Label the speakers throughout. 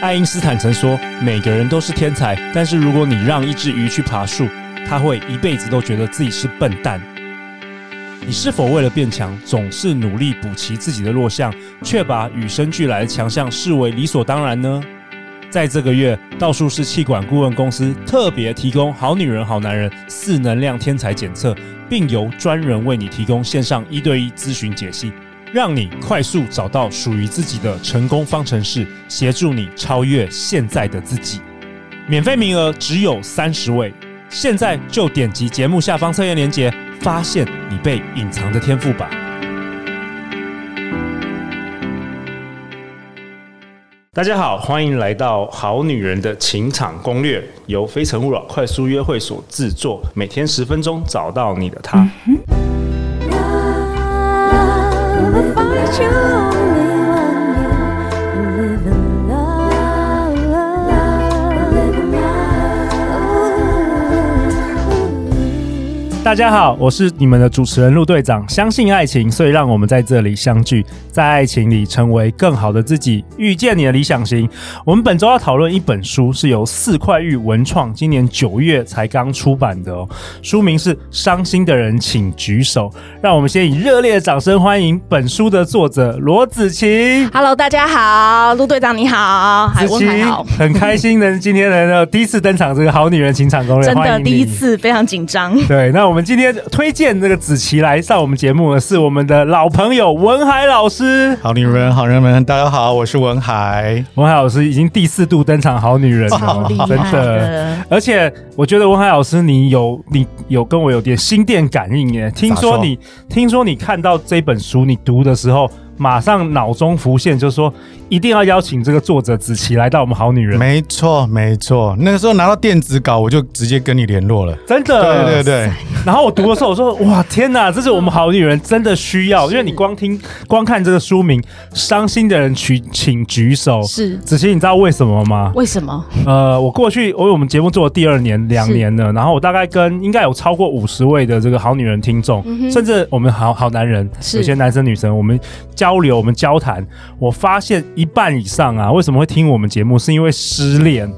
Speaker 1: 爱因斯坦曾说：“每个人都是天才，但是如果你让一只鱼去爬树，它会一辈子都觉得自己是笨蛋。”你是否为了变强，总是努力补齐自己的弱项，却把与生俱来的强项视为理所当然呢？在这个月，道术士气管顾问公司特别提供“好女人、好男人”四能量天才检测，并由专人为你提供线上一对一咨询解析，让你快速找到属于自己的成功方程式，协助你超越现在的自己。免费名额只有三十位，现在就点击节目下方测验链接，发现你被隐藏的天赋吧！大家好，欢迎来到《好女人的情场攻略》，由非诚勿扰快速约会所制作，每天十分钟，找到你的他。
Speaker 2: Love, if I you only one you live in love, love, live in love.
Speaker 1: 大家好，我是你们的主持人陆队长。相信爱情，所以让我们在这里相聚，在爱情里成为更好的自己，遇见你的理想型。我们本周要讨论一本书，是由四块玉文创今年九月才刚出版的哦，书名是《伤心的人请举手》。让我们先以热烈的掌声欢迎本书的作者罗子晴。
Speaker 3: Hello，大家好，陆队长你好，海
Speaker 1: 子
Speaker 3: 温还好，
Speaker 1: 很开心能今天能够第一次登场这个好女人情场攻略，
Speaker 3: 真
Speaker 1: 欢
Speaker 3: 的
Speaker 1: 迎
Speaker 3: 第
Speaker 1: 你
Speaker 3: 一次非常紧张。
Speaker 1: 对，那我们今天推荐这个子琪来上我们节目的是我们的老朋友文海老师。
Speaker 4: 好女人，好人们，大家好，我是文海。
Speaker 1: 文海老师已经第四度登场《好女
Speaker 4: 哦
Speaker 1: 人》
Speaker 3: 好
Speaker 1: 了，
Speaker 3: 厉
Speaker 1: 真
Speaker 3: 害
Speaker 1: 的。
Speaker 3: 的，
Speaker 1: 而且我觉得文海老师，你有你有跟我有点心电感应耶。听
Speaker 4: 咋
Speaker 1: 说
Speaker 4: 说
Speaker 1: 你听说你看到这本书，你读的时候，马上脑中浮现，就说一定要邀请这个作者子琪来到我们《好女人》。
Speaker 4: 没错，没错，那个时候拿到电子稿，我就直接跟你联络了。
Speaker 1: 真的，
Speaker 4: 对对对，
Speaker 1: 然后我读的时候，我说：“哇，天哪，这是我们好女人真的需要，因为你光听、光看这个书名，伤心的人举请举手。”
Speaker 3: 是
Speaker 1: 子琪，你知道为什么吗？
Speaker 3: 为什么？
Speaker 1: 呃，我过去我为我们节目做了第二年、两年了，然后我大概跟应该有超过五十位的这个好女人听众，甚至我们好好男人，
Speaker 3: 嗯是
Speaker 1: 有些男生女生，我们交流、我们交谈，我发现一半以上啊，为什么会听我们节目，是因为失恋。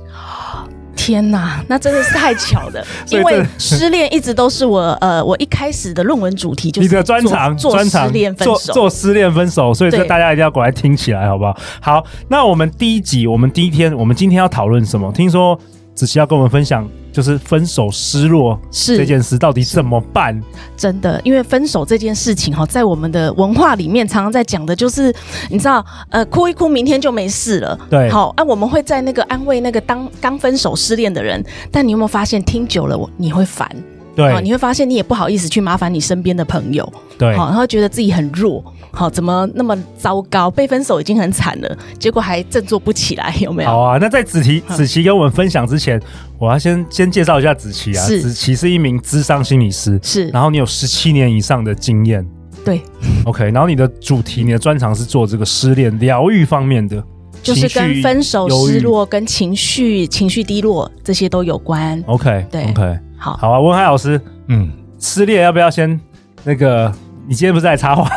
Speaker 3: 天哪，那真的是太巧了，
Speaker 1: 所以
Speaker 3: 因
Speaker 1: 这
Speaker 3: 为失恋一直都是我呃，我一开始的论文主题就是
Speaker 1: 你的专长，
Speaker 3: 做做
Speaker 1: 专长
Speaker 3: 失恋分
Speaker 1: 做
Speaker 3: 手，
Speaker 1: 做失恋分手，所以这
Speaker 3: 对
Speaker 1: 大家一定要过来听起来，好不好？好，那我们第一集，我们第一天，我们今天要讨论什么？听说子琪要跟我们分享，就是分手失落这
Speaker 3: 是
Speaker 1: 件事到底怎么办？
Speaker 3: 真的，因为分手这件事情哈，在我们的文化里面常常在讲的就是，你知道，呃，哭一哭，明天就没事了。
Speaker 1: 对
Speaker 3: 好啊，我们会在那个安慰那个当刚分手失恋的人，但你有没有发现，听久了我你会烦。
Speaker 1: 对、
Speaker 3: 哦，你会发现你也不好意思去麻烦你身边的朋友，
Speaker 1: 对，
Speaker 3: 好、然后觉得自己很弱，好、怎么那么糟糕？被分手已经很惨了，结果还振作不起来，有嗯没
Speaker 1: 好
Speaker 3: 有？
Speaker 1: 啊。那在子琪子琪跟我们分享之前，我要先先介绍一下子琪啊。
Speaker 3: 是
Speaker 1: 子琪是一名智商心理师，
Speaker 3: 是
Speaker 1: 然后你有十七年以上的经验。
Speaker 3: 对，
Speaker 1: OK，然后你的主题、你的专长是做这个失恋疗愈方面的，
Speaker 3: 就是
Speaker 1: 情绪
Speaker 3: 跟分手、
Speaker 1: 忧郁
Speaker 3: 失落、跟情绪、情绪低落这些都有关。
Speaker 1: OK，
Speaker 3: 对
Speaker 1: OK，
Speaker 3: 好
Speaker 1: 好啊，文海老师，
Speaker 4: 嗯，
Speaker 1: 失恋要不要先那个？你今天不是在插 话，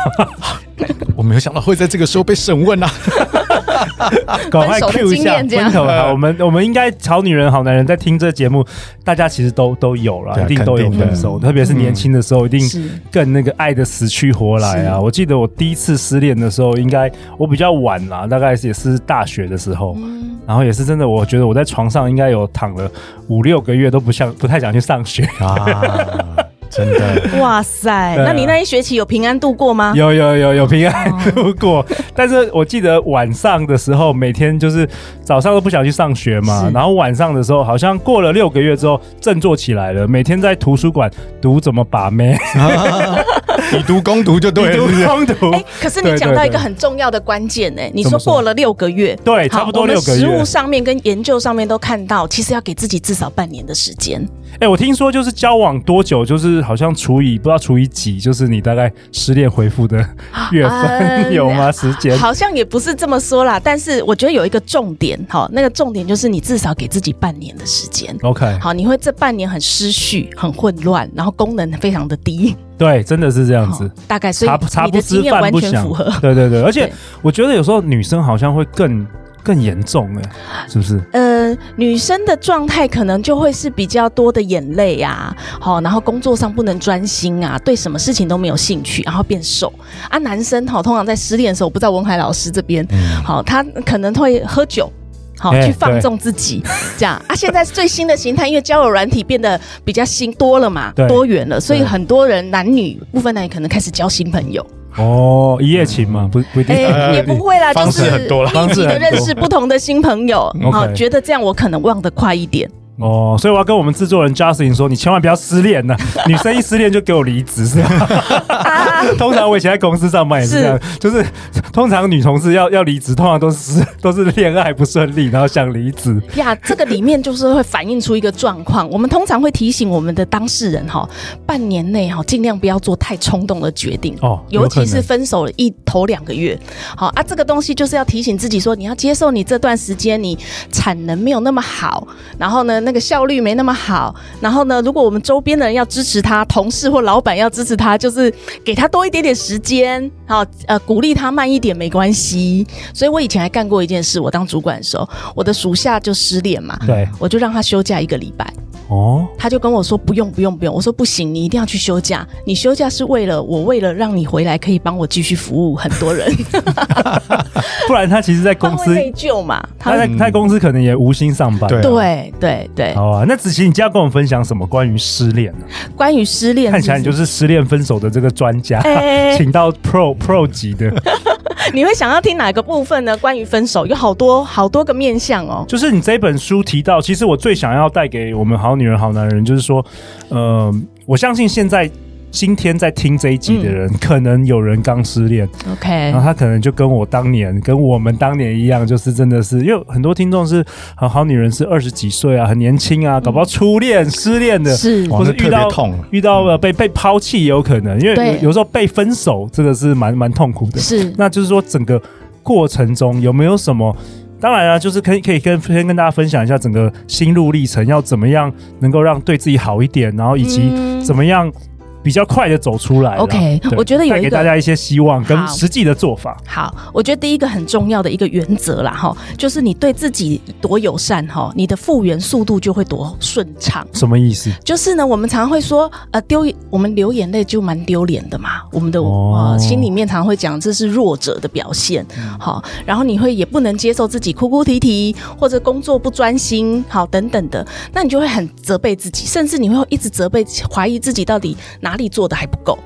Speaker 4: 我没有想到会在这个时候被审问啊。
Speaker 1: 赶快
Speaker 3: 分手的
Speaker 1: Q 一
Speaker 3: 经
Speaker 1: 下。
Speaker 3: 验这样
Speaker 1: 分手
Speaker 4: 呃
Speaker 1: 好，我们我们应该好女人、好男人在听这节目，大家其实都都有了，
Speaker 4: 对啊
Speaker 1: 一定都有
Speaker 4: 肯定的
Speaker 1: 分手，特别是年轻的时候，一定
Speaker 3: 嗯是
Speaker 1: 更那个爱的死去活来啊！
Speaker 3: 是
Speaker 1: 我记得我第一次失恋的时候，应该我比较晚啦，大概是也是大学的时候，
Speaker 3: 嗯
Speaker 1: 然后也是真的，我觉得我在床上应该有躺了五六个月，都不像不太想去上学。
Speaker 4: 啊，真的，
Speaker 3: 哇塞，
Speaker 1: 对啊
Speaker 3: 那你那一学期有平安度过吗？
Speaker 1: 有有有有平安度过，但是我记得晚上的时候，每天就是早上都不想去上学嘛，
Speaker 3: 是
Speaker 1: 然后晚上的时候，好像过了六个月之后振作起来了，每天在图书馆读怎么把妹，
Speaker 4: 以毒攻毒就对
Speaker 1: 读
Speaker 4: 了。是不是
Speaker 1: 通读
Speaker 3: 哎、，可是你
Speaker 1: 对
Speaker 3: 讲
Speaker 1: 对
Speaker 3: 到一
Speaker 1: 对
Speaker 3: 个很重要的关键呢、你
Speaker 1: 怎么
Speaker 3: 说
Speaker 1: 说
Speaker 3: 过了六个月，
Speaker 1: 对
Speaker 3: 好
Speaker 1: 差不多
Speaker 3: 我们
Speaker 1: 六个月
Speaker 3: 实物上面跟研究上面都看到，其实要给自己至少半年的时间。
Speaker 1: 哎，我听说就是交往多久，就是好像除以不知道除以几，就是你大概失恋回复的月份
Speaker 3: 嗯
Speaker 1: 有吗？时间
Speaker 3: 好像也不是这么说啦，但是我觉得有一个重点，好，那个重点就是你至少给自己半年的时间。
Speaker 1: 哦？OK，
Speaker 3: 好，你会这半年很失序、很混乱，然后功能非常的低，
Speaker 1: 对，真的是这样子
Speaker 3: 好。大概所以
Speaker 1: 茶不茶
Speaker 3: 你
Speaker 1: 不
Speaker 3: 的
Speaker 1: 知
Speaker 3: 经验
Speaker 1: 饭
Speaker 3: 完
Speaker 1: 不
Speaker 3: 全
Speaker 1: 想
Speaker 3: 符合，。
Speaker 1: 对对对，而且
Speaker 3: 对
Speaker 1: 我觉得有时候女生好像会更更严重哎，是不是？
Speaker 3: 呃，女生的状态可能就会是比较多的眼泪啊，好、然后工作上不能专心啊，对什么事情都没有兴趣，然后变瘦啊。男生好、通常在失恋的时候，我不知道文海老师这边，
Speaker 4: 嗯
Speaker 3: 好、他可能会喝酒。好，
Speaker 1: 哎
Speaker 3: 去放纵自己， 这样啊。现在最新的形态，因为交友软体变得比较新多了嘛
Speaker 1: 对，
Speaker 3: 多元了，所以
Speaker 1: 对
Speaker 3: 很多人男女部分男女可能开始交新朋友。
Speaker 1: 哦，一夜情嘛，不不一定。，
Speaker 3: 哎、也不会啦，
Speaker 4: 方
Speaker 3: 就
Speaker 4: 式
Speaker 3: 是
Speaker 4: 很多啦
Speaker 3: 一起的认识不同的新朋 友
Speaker 1: OK
Speaker 3: 好，觉得这样我可能忘得快一点。
Speaker 1: 哦，所以我要跟我们制作人 Justin 说，你千万不要失恋 呐、女生一失恋就给我离职，是吧？通常我以前在公司上班也是这样，就是通常女同事要要离职，通常都是 失都是恋爱不顺利，然后想离职。
Speaker 3: 呀，这个里面就是会反映出一个状况。我们通常会提醒我们的当事人哈，半年内哈尽量不要做太冲动的决定
Speaker 1: 哦有
Speaker 3: 尤
Speaker 1: 可能
Speaker 3: 其是分手了一头两个月，好啊，这个东西就是要提醒自己说，你要接受你这段时间你产能没有那么好，然后呢那个效率没那么好，然后呢如果我们周边的人要支持他，同事或老板要支持他，就是给他多一点点时间，好呃鼓励他慢一点没关系。所以我以前还干过一件事，我当主管的时候，我的属下就失恋嘛，
Speaker 1: 对，
Speaker 3: 我就让他休假一个礼拜，
Speaker 1: 哦，
Speaker 3: 他就跟我说不用不用不用，我说不行，你一定要去休假，你休假是为了我，为了让你回来可以帮我继续服务很多人，
Speaker 1: 不然他其实在
Speaker 3: 他
Speaker 1: 公司
Speaker 3: 会，嗯内疚嘛，他
Speaker 1: 他
Speaker 3: 会
Speaker 1: 在他在公司可能也无心上班。
Speaker 4: 对
Speaker 3: 对对对，
Speaker 1: 好啊，那子琪，你今天要跟我们分享什么关于失恋呢、
Speaker 3: 关于失恋，
Speaker 1: 看起来你就是是失恋分手的这个专家，
Speaker 3: 哎
Speaker 1: 请到 Pro Pro 级的。
Speaker 3: 你会想要听哪个部分呢？关于分手有好多好多个面向哦。
Speaker 1: 就是你这本书提到，其实我最想要带给我们好女人、好男人，就是说，呃，我相信现在今天在听这一集的
Speaker 3: 嗯
Speaker 1: 人，可能有人刚失恋，
Speaker 3: OK，
Speaker 1: 然后他可能就跟我当年、跟我们当年一样，就是真的是，因为很多听众是好好女人是二十几岁啊，很年轻啊，搞不好初恋、失恋的。
Speaker 3: 嗯是
Speaker 4: 哇
Speaker 1: 或者
Speaker 4: 那
Speaker 1: 遇
Speaker 4: 特
Speaker 1: 到
Speaker 4: 别痛
Speaker 1: 遇到了被被抛弃也有可能，因为
Speaker 3: 对
Speaker 1: 有有时候被分手这个是蛮蛮痛苦的。
Speaker 3: 是，
Speaker 1: 那就是说整个过程中有没有什么？当然啊，就是可以可以跟先跟大家分享一下整个心路历程，要怎么样能够让对自己好一点，然后以及
Speaker 3: 嗯
Speaker 1: 怎么样比较快的走出来啦。
Speaker 3: OK，
Speaker 1: 对
Speaker 3: 我觉得有
Speaker 1: 带
Speaker 3: 一
Speaker 1: 给
Speaker 3: 个
Speaker 1: 大家一些希望跟
Speaker 3: 好
Speaker 1: 实际的做法。
Speaker 3: 好，我觉得第一个很重要的一个原则啦，哈，就是你对自己多友善哈，你的复原速度就会多顺畅。
Speaker 1: 什么意 思？
Speaker 3: 就是呢，我们常常会说，呃，丢我们流眼泪就蛮丢脸的嘛，我们的、
Speaker 1: 哦嗯
Speaker 3: 呃心里面常常会讲这是弱者的表现，好、然后你会也不能接受自己哭哭啼啼，或者工作不专心，好等等的，那你就会很责备自己，甚至你会一直责备怀疑自己到底哪里做的还不够。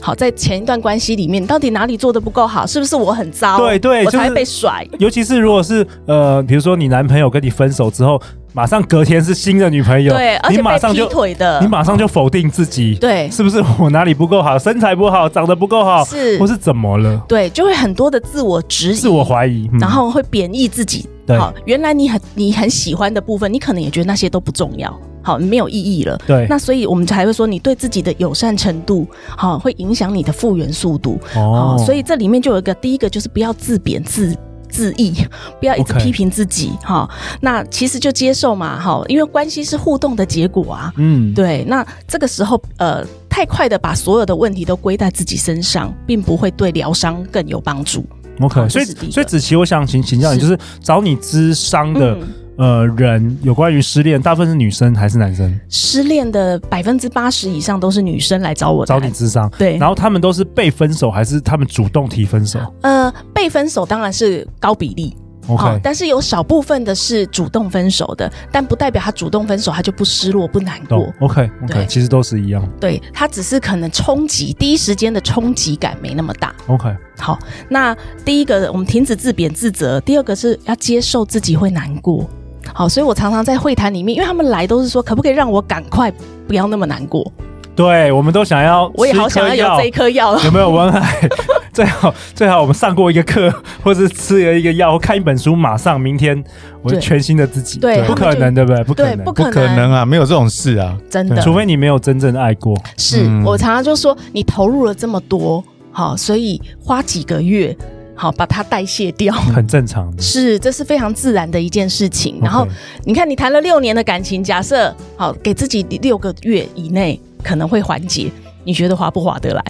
Speaker 3: 好，在前一段关系里面，你到底哪里做的不够好？是不是我很糟？
Speaker 1: 对对
Speaker 3: 我才
Speaker 1: 就
Speaker 3: 会
Speaker 1: 是
Speaker 3: 被甩。
Speaker 1: 尤其是如果是呃，比如说你男朋友跟你分手之后，马上隔天是新的女朋友，
Speaker 3: 对，而
Speaker 1: 你
Speaker 3: 且
Speaker 1: 马
Speaker 3: 被
Speaker 1: 上
Speaker 3: 劈
Speaker 1: 就
Speaker 3: 腿的，
Speaker 1: 你马上就否定自己，
Speaker 3: 对
Speaker 1: 是不是我哪里不够好，身材不好，长得不够好，
Speaker 3: 是
Speaker 1: 或是怎么了？
Speaker 3: 对，就会很多的自我质疑，
Speaker 1: 自我怀疑，嗯
Speaker 3: 然后会贬义自己。
Speaker 1: 对
Speaker 3: 好，原来你很你很喜欢的部分，你可能也觉得那些都不重要，好，没有意义了。
Speaker 1: 对
Speaker 3: 那所以我们才会说，你对自己的友善程度，好，会影响你的复原速度。
Speaker 1: 哦
Speaker 3: 哦，所以这里面就有一个第一个就是不要自贬自。自意，不要一直
Speaker 1: OK
Speaker 3: 批评自己哈。那其实就接受嘛哈，因为关系是互动的结果啊。
Speaker 1: 嗯，
Speaker 3: 对，那这个时候呃，太快的把所有的问题都归在自己身上，并不会对疗伤更有帮助。
Speaker 1: ，OK，
Speaker 3: 好
Speaker 1: 所以
Speaker 3: 哦这是第一个
Speaker 1: 所以子琪，我想请请教你，
Speaker 3: 是嗯
Speaker 1: 就是找你咨商的、呃人，有关于失恋，大部分是女生还是男生？
Speaker 3: 失恋的百分之八十以上都是女生来找我
Speaker 1: 找
Speaker 3: 谈
Speaker 1: 你咨商，
Speaker 3: 对
Speaker 1: 然后他们都是被分手，还是他们主动提分手
Speaker 3: 呃，被分手当然是高比例。
Speaker 1: ？OK，、
Speaker 3: 哦但是有少部分的是主动分手的，但不代表他主动分手他就不失落、不难过
Speaker 1: 懂。，OK OK，
Speaker 3: 对
Speaker 1: 其实都是一样
Speaker 3: 对他只是可能冲击第一时间的冲击感没那么大。
Speaker 1: ，OK，
Speaker 3: 好，那第一个我们停止自贬自责，第二个是要接受自己会难过。好，所以我常常在会谈里面，因为他们来都是说，可不可以让我赶快不要那么难过？
Speaker 1: 对，我们都想要，
Speaker 3: 我也好想要有这一。颗 药。
Speaker 1: 有没有文海？最好最好，我们上过一个课，或是吃了一个药，或看一本书，马上明天我是
Speaker 3: 对
Speaker 1: 全新的自己，
Speaker 3: 对
Speaker 1: 不
Speaker 3: 他
Speaker 1: 可
Speaker 3: 们就
Speaker 1: 能，对不对？不可
Speaker 3: 对，
Speaker 1: 能，
Speaker 3: 不
Speaker 4: 不
Speaker 3: 可
Speaker 4: 可
Speaker 3: 能，
Speaker 4: 能啊，没有这种事啊。
Speaker 3: 真的。
Speaker 1: 除非你没有真正爱过，
Speaker 3: 是、
Speaker 4: 嗯
Speaker 3: 我常常就说，你投入了这么多，好，所以花几个月，好把它代谢掉。
Speaker 1: 很正常的。
Speaker 3: 是，这是非常自然的一件事情。然后
Speaker 1: 嗯 OK
Speaker 3: 你看，你谈了六年的感情，假设好给自己六个月以内可能会缓解，你觉得划不划得来？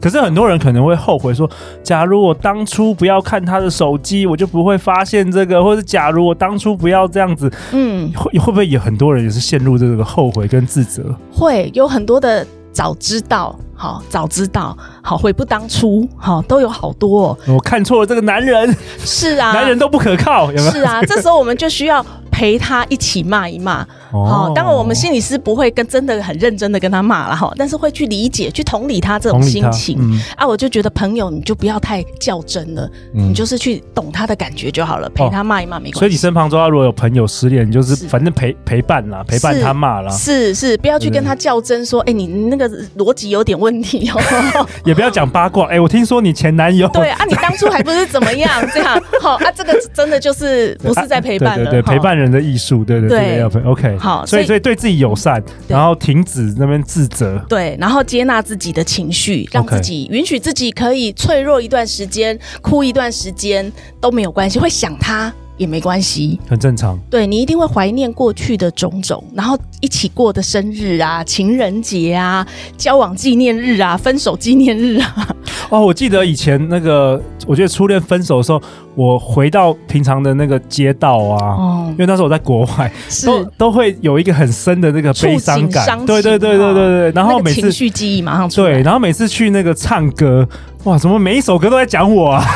Speaker 1: 可是很多人可能会后悔说，假如我当初不要看他的手机，我就不会发现这个，或者假如我当初不要这样子，
Speaker 3: 嗯，
Speaker 1: 会会不会有很多人也是陷入这个后悔跟自责？
Speaker 3: 会有很多的早知道，好早知道，好悔不当初，好都有好多、哦。
Speaker 1: 我看错了这个男人，
Speaker 3: 是 啊，
Speaker 1: 男人都不可靠，有没有？
Speaker 3: 是啊，这时候我们就需要陪他一起骂一骂。
Speaker 1: 哦
Speaker 3: 好、当然我们心理师不会跟真的很认真的跟他骂了哈，但是会去理解、去同理他这种
Speaker 1: 同理
Speaker 3: 心
Speaker 1: 他
Speaker 3: 情。
Speaker 1: 嗯
Speaker 3: 啊，我就觉得朋友你就不要太较真了，
Speaker 4: 嗯
Speaker 3: 你就是去懂他的感觉就好了，陪他骂一骂没
Speaker 1: 哦所
Speaker 3: 关
Speaker 1: 以你
Speaker 3: 系。
Speaker 1: 身旁周遭如果有朋友失恋，你就是
Speaker 3: 是
Speaker 1: 反正陪陪伴啦，陪伴
Speaker 3: 是
Speaker 1: 他骂啦，
Speaker 3: 是是，不要去跟他较真，说，哎、你你那个逻辑有点问题 哦。
Speaker 1: 也不要讲八卦。哎、我听说你前男友
Speaker 3: 对啊，你当初还不是怎么样这样？好啊，这个真的就是不是在陪伴
Speaker 1: 对
Speaker 3: 了，
Speaker 1: 对对，
Speaker 3: 哈
Speaker 1: 陪。伴人的艺术，对对
Speaker 3: 对
Speaker 1: 这个要陪 OK。
Speaker 3: 好
Speaker 1: 所以所
Speaker 3: 所
Speaker 1: 以对自己友善，
Speaker 3: 对
Speaker 1: 然后停止那边自责。
Speaker 3: 对，然后接纳自己的情绪，让
Speaker 1: OK
Speaker 3: 自己允许自己可以脆弱一段时间，哭一段时间都没有关系，会想他也没关系。
Speaker 1: 很正常，
Speaker 3: 对你一定会怀念过去的种种，然后一起过的生日啊、情人节啊、交往纪念日啊、分手纪念日 啊，
Speaker 1: 哦，我记得以前那个，我觉得初恋分手的时候，我回到平常的那个街道啊，
Speaker 3: 哦
Speaker 1: 因，为那时候我在国外，
Speaker 3: 是
Speaker 1: 都都会有一个很深的那个悲伤
Speaker 3: 触景伤
Speaker 1: 感，
Speaker 3: 情
Speaker 1: 对对对对对对。然后
Speaker 3: 啊那个
Speaker 1: 每
Speaker 3: 情
Speaker 1: 次
Speaker 3: 绪记忆马上出来
Speaker 1: 对，，然后每次去那个唱歌，哇，怎么每一首歌都在讲我 啊？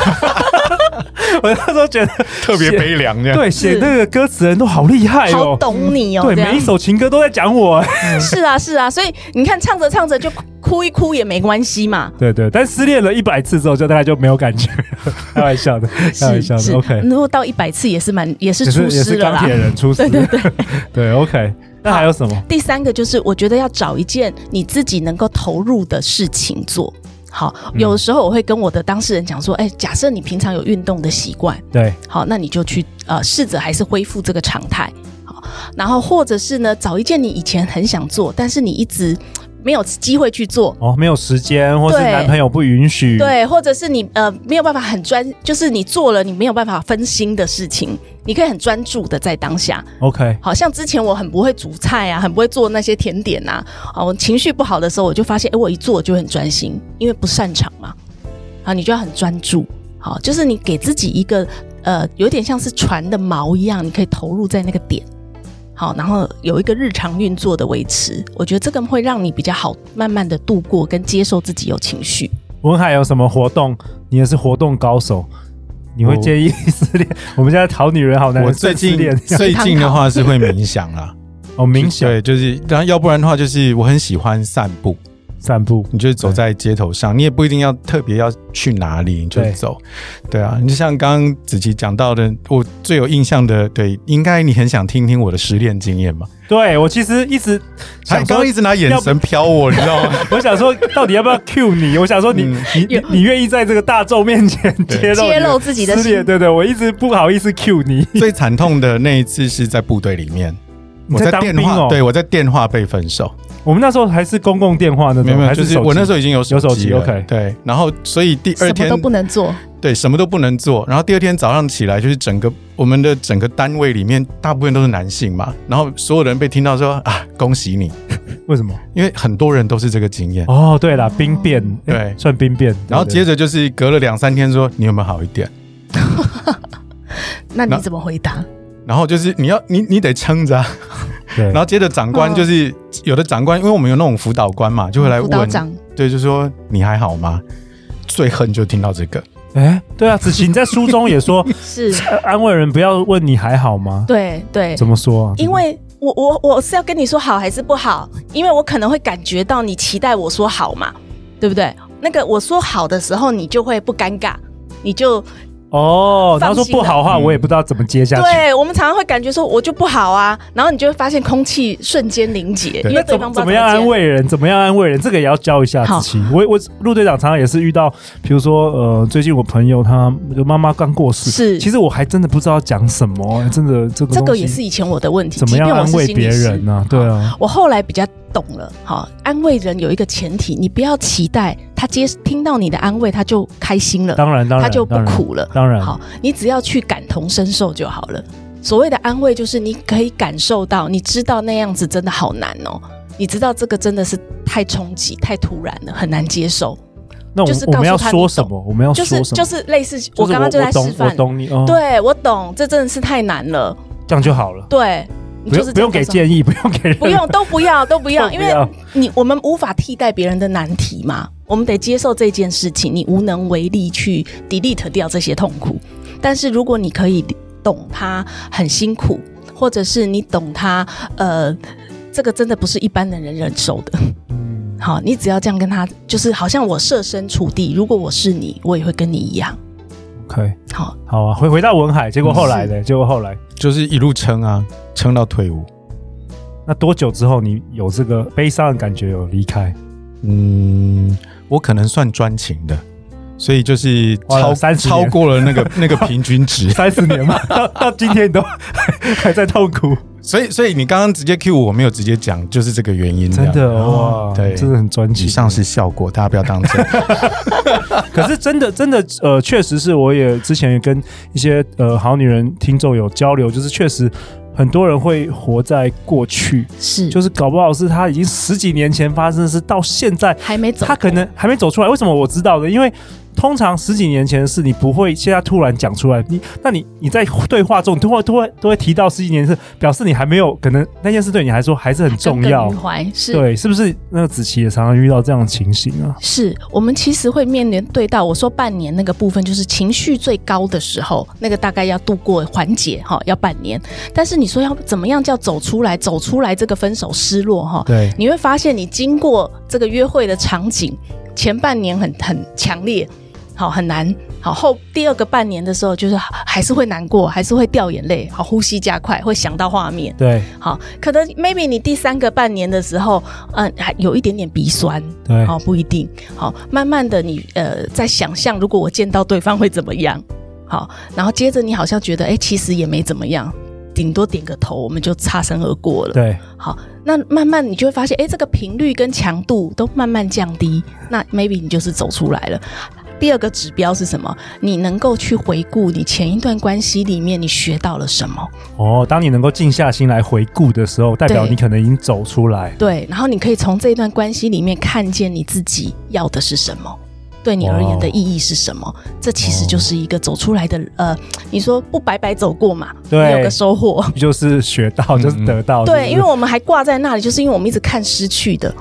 Speaker 1: 我那时候觉得，
Speaker 4: 特别悲凉这样。
Speaker 1: 对，写那个歌词的人都好厉害
Speaker 3: 好
Speaker 1: 哦，
Speaker 3: 懂你哦，
Speaker 1: 对，
Speaker 3: 这样
Speaker 1: 每一首情歌都在讲我。
Speaker 3: 是啊是啊，所以你看唱着唱着就哭一哭也没关系嘛，
Speaker 1: 对对，但失恋了一百次之后，就大概就没有感 觉了，开玩笑的，开玩
Speaker 3: 是
Speaker 1: 笑
Speaker 3: 是
Speaker 1: 的，OK。
Speaker 3: 如果到一百次也是蛮也是
Speaker 1: 也是
Speaker 3: 出
Speaker 1: 也
Speaker 3: 师
Speaker 1: 是
Speaker 3: 了
Speaker 1: 钢
Speaker 3: 啦
Speaker 1: 铁。人出师，
Speaker 3: 对对
Speaker 1: 对 OK。那还有什么？
Speaker 3: 第三个就是，我觉得要找一件你自己能够投入的事情做。好，
Speaker 1: 嗯
Speaker 3: 有时候我会跟我的当事人讲说，哎、假设你平常有运动的习惯，
Speaker 1: 对，
Speaker 3: 好，那你就去呃试着还是恢复这个常态。好，然后或者是呢，找一件你以前很想做，但是你一直没有机会去做。
Speaker 1: 哦，没有时间，或是
Speaker 3: 对
Speaker 1: 男朋友不允许，，
Speaker 3: 对，或者是你呃没有办法很专，就是你做了你没有办法分心的事情，你可以很专注的在当下。
Speaker 1: ，OK。
Speaker 3: 好像之前我很不会煮菜啊，很不会做那些甜点啊。啊，我情绪不好的时候，我就发现，哎、我一做就很专心，因为不擅长嘛。啊，你就要很专注。好，就是你给自己一个呃，有点像是船的锚一样，你可以投入在那个点。好，然后有一个日常运作的维持，我觉得这个会让你比较好，慢慢的度过跟接受自己有情绪。
Speaker 1: 文海有什么活动？你也是活动高手，你会
Speaker 4: 我
Speaker 1: 建议失恋？ 我们现在讨女人好难，
Speaker 4: 我最
Speaker 1: 失
Speaker 4: 近
Speaker 1: 恋
Speaker 4: 最近的话是会冥想 啦，
Speaker 1: 哦，冥想、
Speaker 4: 对，就是然后要不然的话就是我很喜欢散步，
Speaker 1: 散步，
Speaker 4: 你就走在街头上，你也不一定要特别要去哪里，你就
Speaker 1: 对
Speaker 4: 走。对啊，你就像刚刚子琪讲到的，我最有印象的，对，应该你很想听听我的失恋经验吧？
Speaker 1: 对我其实一直
Speaker 4: 他
Speaker 1: 想说
Speaker 4: 刚刚一。直拿眼神瞟我，你 知道吗？
Speaker 1: 我想说，到底要不要 cue 你？我想说你，
Speaker 4: 嗯
Speaker 1: 你你你愿意在这个大众面前
Speaker 4: 对
Speaker 1: 揭露你
Speaker 3: 揭露自己的
Speaker 1: 失恋？
Speaker 3: 心
Speaker 1: 对对，我一直不好意思 cue 你。
Speaker 4: 最惨痛的那一次是在部队里面，
Speaker 1: 你
Speaker 4: 我
Speaker 1: 在当
Speaker 4: 电
Speaker 1: 兵
Speaker 4: 话，
Speaker 1: 哦
Speaker 4: 对我在电话被分手，
Speaker 1: 我们那时候还是公共电话那
Speaker 4: 没
Speaker 1: 种，
Speaker 4: 有没有，
Speaker 1: 还
Speaker 4: 就是
Speaker 1: 手机
Speaker 4: 我那时候已经有
Speaker 1: 有手机
Speaker 4: 机了
Speaker 1: OK
Speaker 4: 对，然后所以第二
Speaker 3: 什么
Speaker 4: 天
Speaker 3: 都不能做，
Speaker 4: 对什么都不能做，然后第二天早上起来就是整个我们的整个单位里面大部分都是男性嘛，然后所有人被听到说啊恭喜你，
Speaker 1: 为什么？
Speaker 4: 因为很多人都是这个经验，
Speaker 1: 哦，对啦，兵变，诶
Speaker 4: 对
Speaker 1: 算兵变。
Speaker 4: 然后
Speaker 1: 对
Speaker 4: 接着就是隔了两三天说你有没有好一点，
Speaker 3: 那你
Speaker 4: 那
Speaker 3: 怎么回答？然
Speaker 4: 然后就是你要你你得撑着、啊。
Speaker 1: 对
Speaker 4: 然后接着长官就是、有的长官，因为我们有那种辅导官嘛，就会来
Speaker 3: 辅导
Speaker 4: 问，
Speaker 3: 长
Speaker 4: 对，就说你还好吗？最恨就听到这个，
Speaker 1: 哎，对啊，子琪，你在书中也 说，
Speaker 3: 是，
Speaker 1: 呃安慰人不要问你还好吗？
Speaker 3: 对对，
Speaker 1: 怎么说啊？
Speaker 3: 因为我我我是要跟你说好还是不好，因为我可能会感觉到你期待我说好嘛，对不对？那个我说好的时候，你就会不尴尬，你就
Speaker 1: 哦，然后说
Speaker 3: 放心啊
Speaker 1: 不
Speaker 3: 了
Speaker 1: 好的话，
Speaker 4: 嗯
Speaker 1: 我也不知道怎么接下去。
Speaker 3: 对我们常常会感觉说我就不好啊，然后你就会发现空气瞬间凝结，因
Speaker 1: 那
Speaker 3: 为
Speaker 1: 怎
Speaker 3: 对
Speaker 1: 么
Speaker 3: 方
Speaker 1: 怎
Speaker 3: 不
Speaker 1: 么
Speaker 3: 知道
Speaker 1: 样安
Speaker 3: 接？
Speaker 1: 慰人？怎么样安慰人？这个也要教一下
Speaker 3: 好
Speaker 1: 子琪。我我陆队长常常也是遇到，比如说呃，最近我朋友他就妈妈刚过世，
Speaker 3: 是
Speaker 1: 其实我还真的不知道讲什么，真的这个
Speaker 3: 这个
Speaker 1: 东西
Speaker 3: 也是以前我的问题，
Speaker 1: 怎么
Speaker 3: 即
Speaker 1: 样
Speaker 3: 便我
Speaker 1: 安
Speaker 3: 是
Speaker 1: 慰
Speaker 3: 心
Speaker 1: 别
Speaker 3: 理师
Speaker 1: 人呢？对啊，
Speaker 3: 我后来比较懂了，好，安慰人有一个前提，你不要期待他接听到你的安慰他就开心了，
Speaker 1: 当然当然，
Speaker 3: 他就不
Speaker 1: 当然
Speaker 3: 苦了。
Speaker 1: 当然，
Speaker 3: 好，你只要去感同身受就好了。所谓的安慰，就是你可以感受到，你知道那样子真的好难哦。你知道这个真的是太冲击、太突然了，很难接受。
Speaker 1: 那我
Speaker 3: 就是
Speaker 1: 我
Speaker 3: 告
Speaker 1: 们
Speaker 3: 诉
Speaker 1: 要
Speaker 3: 他
Speaker 1: 说
Speaker 3: 你
Speaker 1: 什
Speaker 3: 懂
Speaker 1: 么？我们要
Speaker 3: 就
Speaker 1: 说什
Speaker 3: 是
Speaker 1: 么？
Speaker 3: 就是类似，
Speaker 1: 就
Speaker 3: 我
Speaker 1: 是
Speaker 3: 刚刚就在
Speaker 1: 我懂
Speaker 3: 示范
Speaker 1: 我。懂你哦，，
Speaker 3: 对，我懂，这真的是太难了。
Speaker 1: 这样就好了，
Speaker 3: 对，你
Speaker 1: 不
Speaker 3: 就
Speaker 1: 用
Speaker 3: 是
Speaker 1: 不
Speaker 3: 这样
Speaker 1: 用给
Speaker 3: 告诉他
Speaker 1: 建议，不 用给任
Speaker 3: 不用都不要都不要，
Speaker 1: 都
Speaker 3: 因
Speaker 1: 不
Speaker 3: 为
Speaker 1: 要
Speaker 3: 你我们无法替代别人的难题嘛，我们得接受这件事情，你无能为力去 delete 掉这些痛苦。但是如果你可以懂他很辛苦，或者是你懂他，呃，这个真的不是一般的人忍受的。
Speaker 1: 嗯
Speaker 3: 好，你只要这样跟他，就是好像我设身处地，如果我是你，我也会跟你一样。
Speaker 1: ，OK，
Speaker 3: 好，
Speaker 1: 好啊，回回到文海，结果后来的，结果后来
Speaker 4: 就是一路撑啊，撑到退伍。
Speaker 1: 那多久之后你有这个悲伤的感觉有离开？
Speaker 4: 嗯，我可能算专情的，所以就是
Speaker 1: 花了
Speaker 4: 超
Speaker 1: 30
Speaker 4: 超
Speaker 1: 年
Speaker 4: 过了 那个那个平均值。
Speaker 1: 三十 年嘛，到到今天你都 还在痛苦，
Speaker 4: 所以所以你刚刚直接 Q 我，我没有直接讲，就是这个原因。
Speaker 1: 真的
Speaker 4: 这样
Speaker 1: 嗯
Speaker 4: 哦
Speaker 1: 哇，
Speaker 4: 对
Speaker 1: 真的很专情。
Speaker 4: 以上是啊效果，大家不要当 真。
Speaker 1: 可是真的真的呃，确实是，我也之前也跟一些呃好女人听众有交流，就是确实很多人会活在过去，
Speaker 3: 是
Speaker 1: 就是搞不好是他已经十几年前发生的事，到现在
Speaker 3: 还没走，
Speaker 1: 他可能还没走出来。为什么我知道的？因为通常十几年前的事，你不会现在突然讲出来。你，那你你在对话中，你都会都会都会提到十几年的事，表示你还没有可能那件事对你来说还是很重要
Speaker 3: 耿耿于。怀是
Speaker 1: 对，是不是？那个子琪也常常遇到这样的情形啊。
Speaker 3: 是我们其实会面临对到我说半年那个部分，就是情绪最高的时候，那个大概要度过缓解哈，要半年。但是你说要怎么样叫走出来，走出来这个分手失落哈，
Speaker 1: 对，
Speaker 3: 你会发现你经过这个约会的场景，前半年很很强烈，好很难，好后第二个半年的时候，就是还是会难过，还是会掉眼泪，好呼吸加快，会想到画面，
Speaker 1: 对，
Speaker 3: 好可能 maybe 你第三个半年的时候，嗯，还有一点点鼻酸。
Speaker 1: 对，
Speaker 3: 哦，不一定。好、慢慢的你呃，在想象如果我见到对方会怎么样，好、然后接着你好像觉得，哎，其实也没怎么样，顶多点个头，我们就擦身而过了。
Speaker 1: 对，
Speaker 3: 好、那慢慢你就会发现，哎，这个频率跟强度都慢慢降低，那 maybe 你就是走出来了。第二个指标是什么？你能够去回顾你前一段关系里面你学到了什么。
Speaker 1: 哦，当你能够静下心来回顾的时候，代表
Speaker 3: 对
Speaker 1: 你可能已经走出来。
Speaker 3: 对，然后你可以从这段关系里面看见你自己要的是什么，对你而言的意义是什么。这其实就是一个走出来的，呃，你说不白白走过嘛，
Speaker 1: 对
Speaker 3: 你有个收获。
Speaker 1: 就是学到，
Speaker 4: 嗯
Speaker 1: 就是得到。
Speaker 3: 对，因为
Speaker 1: 为
Speaker 3: 我们还挂在那里，就是因为我们一直看失去的。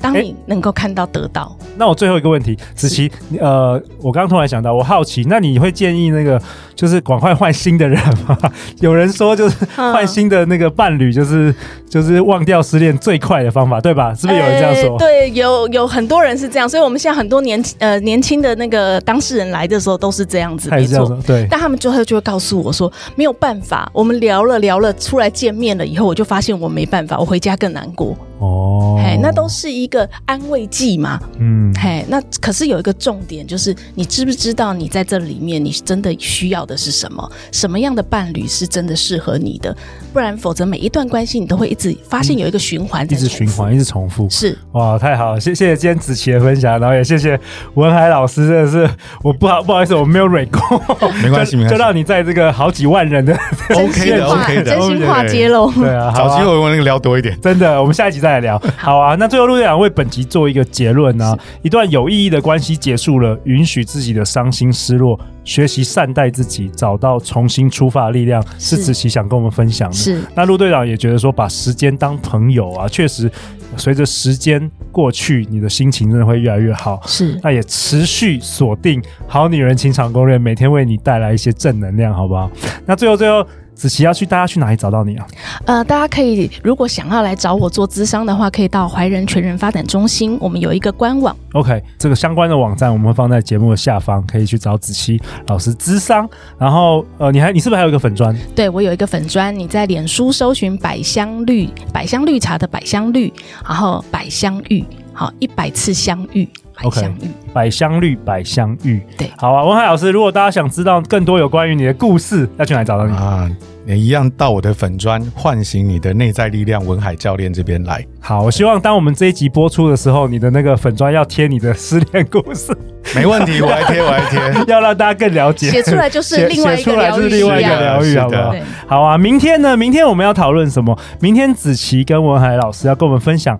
Speaker 3: 当你能够看到得到，
Speaker 1: 那我最后一个问题，子琪，你呃，我刚刚突然想到，我好奇，那你会建议那个就是赶快换新的人吗？ 有人说就是
Speaker 3: 嗯
Speaker 1: 换新的那个伴侣，就是、就是忘掉失恋最快的方法，对吧？是不是有人这样说？
Speaker 3: 呃对，有有很多人是这样，所以我们现在很多年呃年轻的那个当事人来的时候都是这样子，
Speaker 1: 他也
Speaker 3: 没
Speaker 1: 是这样
Speaker 3: 错
Speaker 1: 说。，对。
Speaker 3: 但他们最后就会告诉我说，没有办法，我们聊了聊了，出来见面了以后，我就发现我没办法，我回家更难过。
Speaker 1: 哦
Speaker 3: 嘿，那都是一个安慰剂嘛。
Speaker 1: 嗯，
Speaker 3: 嘿，那可是有一个重点，就是你知不知道你在这里面，你真的需要的是什么？什么样的伴侣是真的适合你的？不然，否则每一段关系你都会一直发现有一个循环、
Speaker 1: 嗯一直循。环，一直重复。
Speaker 3: 是，
Speaker 1: 哇，太好了！谢谢今天子琪的分享，然后也谢谢文海老师，真的是我不好不好意思，我没有蕊过，
Speaker 4: 没关系
Speaker 1: 就
Speaker 4: 没关系
Speaker 1: 就让你在这个好几万人的
Speaker 4: OK 的，OK 的
Speaker 3: 真心话
Speaker 4: OK 的
Speaker 3: 揭露。
Speaker 1: 对 啊，好啊
Speaker 4: 找机会我那个聊多一点。
Speaker 1: 真的，我们下一集再来聊。好啊，那最后陆队长为本集做一个结论呢、一段有意义的关系结束了，允许自己的伤心失落，学习善待自己，找到重新出发的力量，是
Speaker 3: 是
Speaker 1: 子琪想跟我们分享的。
Speaker 3: 是
Speaker 1: 那陆队长也觉得说，把时间当朋友啊，确实随着时间过去，你的心情真的会越来越好。
Speaker 3: 是，
Speaker 1: 那也持续锁定《好女人情场攻略》，每天为你带来一些正能量，好不好？那最后最后，子琪要去，大家去哪里找到你啊？
Speaker 3: 呃，大家可以如果想要来找我做咨商的话，可以到怀仁全人发展中心，我们有一个官网。
Speaker 1: OK，这个相关的网站我们会放在节目的下方，可以去找子琪老师咨商。然后，呃，你还你是不是还有一个粉砖？
Speaker 3: 对我有一个粉砖，你在脸书搜寻“百香绿”，百香绿茶的百香绿，然后百香玉，好一百次相 遇，百
Speaker 1: OK
Speaker 3: 香玉
Speaker 1: 百香绿，百香玉。
Speaker 3: 对
Speaker 1: 好啊，文海老师，如果大家想知道更多有关于你的故事，要去哪里找到你？
Speaker 3: 嗯
Speaker 4: 啊，也一样到我的粉砖唤醒你的内在力量，文海教练这边来。
Speaker 1: 好，我希望当我们这一集播出的时候，你的那个粉砖要贴你的失恋故事，
Speaker 4: 没问题，我来贴，我来贴。
Speaker 1: 要让大家更了解。
Speaker 3: 写出来就是
Speaker 4: 写
Speaker 3: 另外一
Speaker 1: 写
Speaker 3: 个
Speaker 1: 出来
Speaker 3: 疗
Speaker 1: 就
Speaker 3: 愈
Speaker 1: 是另外一个
Speaker 4: 疗
Speaker 3: 啊
Speaker 1: 疗愈，
Speaker 4: 是的
Speaker 1: 好不好
Speaker 3: 对？
Speaker 1: 好啊，明天呢？明天我们要讨论什么？明天子琪跟文海老师要跟我们分享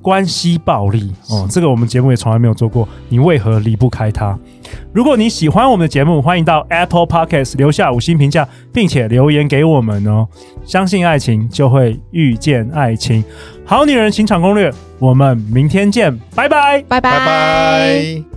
Speaker 1: 关系暴力哦，这个我们节目也从来没有做过。你为何离不开他？如果你喜欢我们的节目，欢迎到 Apple Podcast 留下五星评价，并且留言给我们哦。相信爱情，就会遇见爱情。好女人情场攻略，我们明天见，拜拜。
Speaker 3: 拜
Speaker 4: 拜
Speaker 3: 拜。
Speaker 4: 拜。